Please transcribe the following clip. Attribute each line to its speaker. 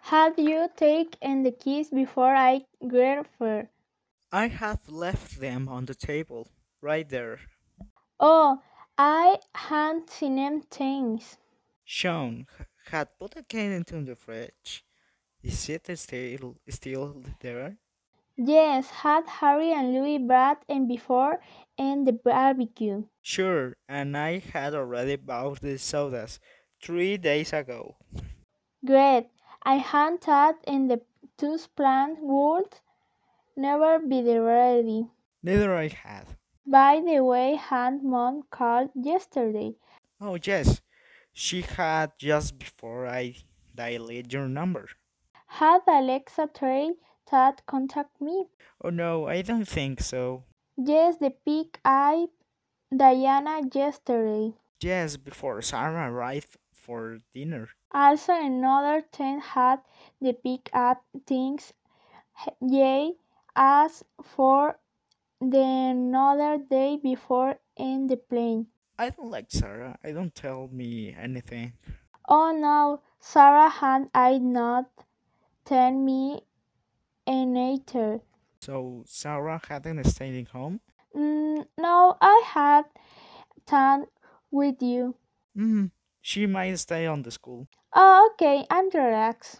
Speaker 1: Had you taken the keys before I got there?
Speaker 2: I have left them on the table, right there.
Speaker 1: Oh, I hadn't seen them things.
Speaker 2: Sean h- had put a can into the fridge. Is it still, still there?
Speaker 1: Yes, had Harry and Louis brought and before and the barbecue.
Speaker 2: Sure, and I had already bought the sodas three days ago.
Speaker 1: Great. I hadn't thought in the tooth plant would never be the ready.
Speaker 2: Neither I had.
Speaker 1: By the way, had mom called yesterday.
Speaker 2: Oh, yes, she had just before I dialed your number.
Speaker 1: Had Alexa Trey thought contact me?
Speaker 2: Oh, no, I don't think so.
Speaker 1: Yes, the pig eye Diana yesterday.
Speaker 2: Just before Sarah arrived for dinner.
Speaker 1: Also another ten had the pick up things yay as for the another day before in the plane.
Speaker 2: I don't like Sarah. I don't tell me anything.
Speaker 1: Oh no, Sarah had I not tell me an later.
Speaker 2: So Sarah hadn't stayed home.
Speaker 1: Mm, no, I had time with you.
Speaker 2: Hmm. She might stay on the school.
Speaker 1: Oh, okay, and relax.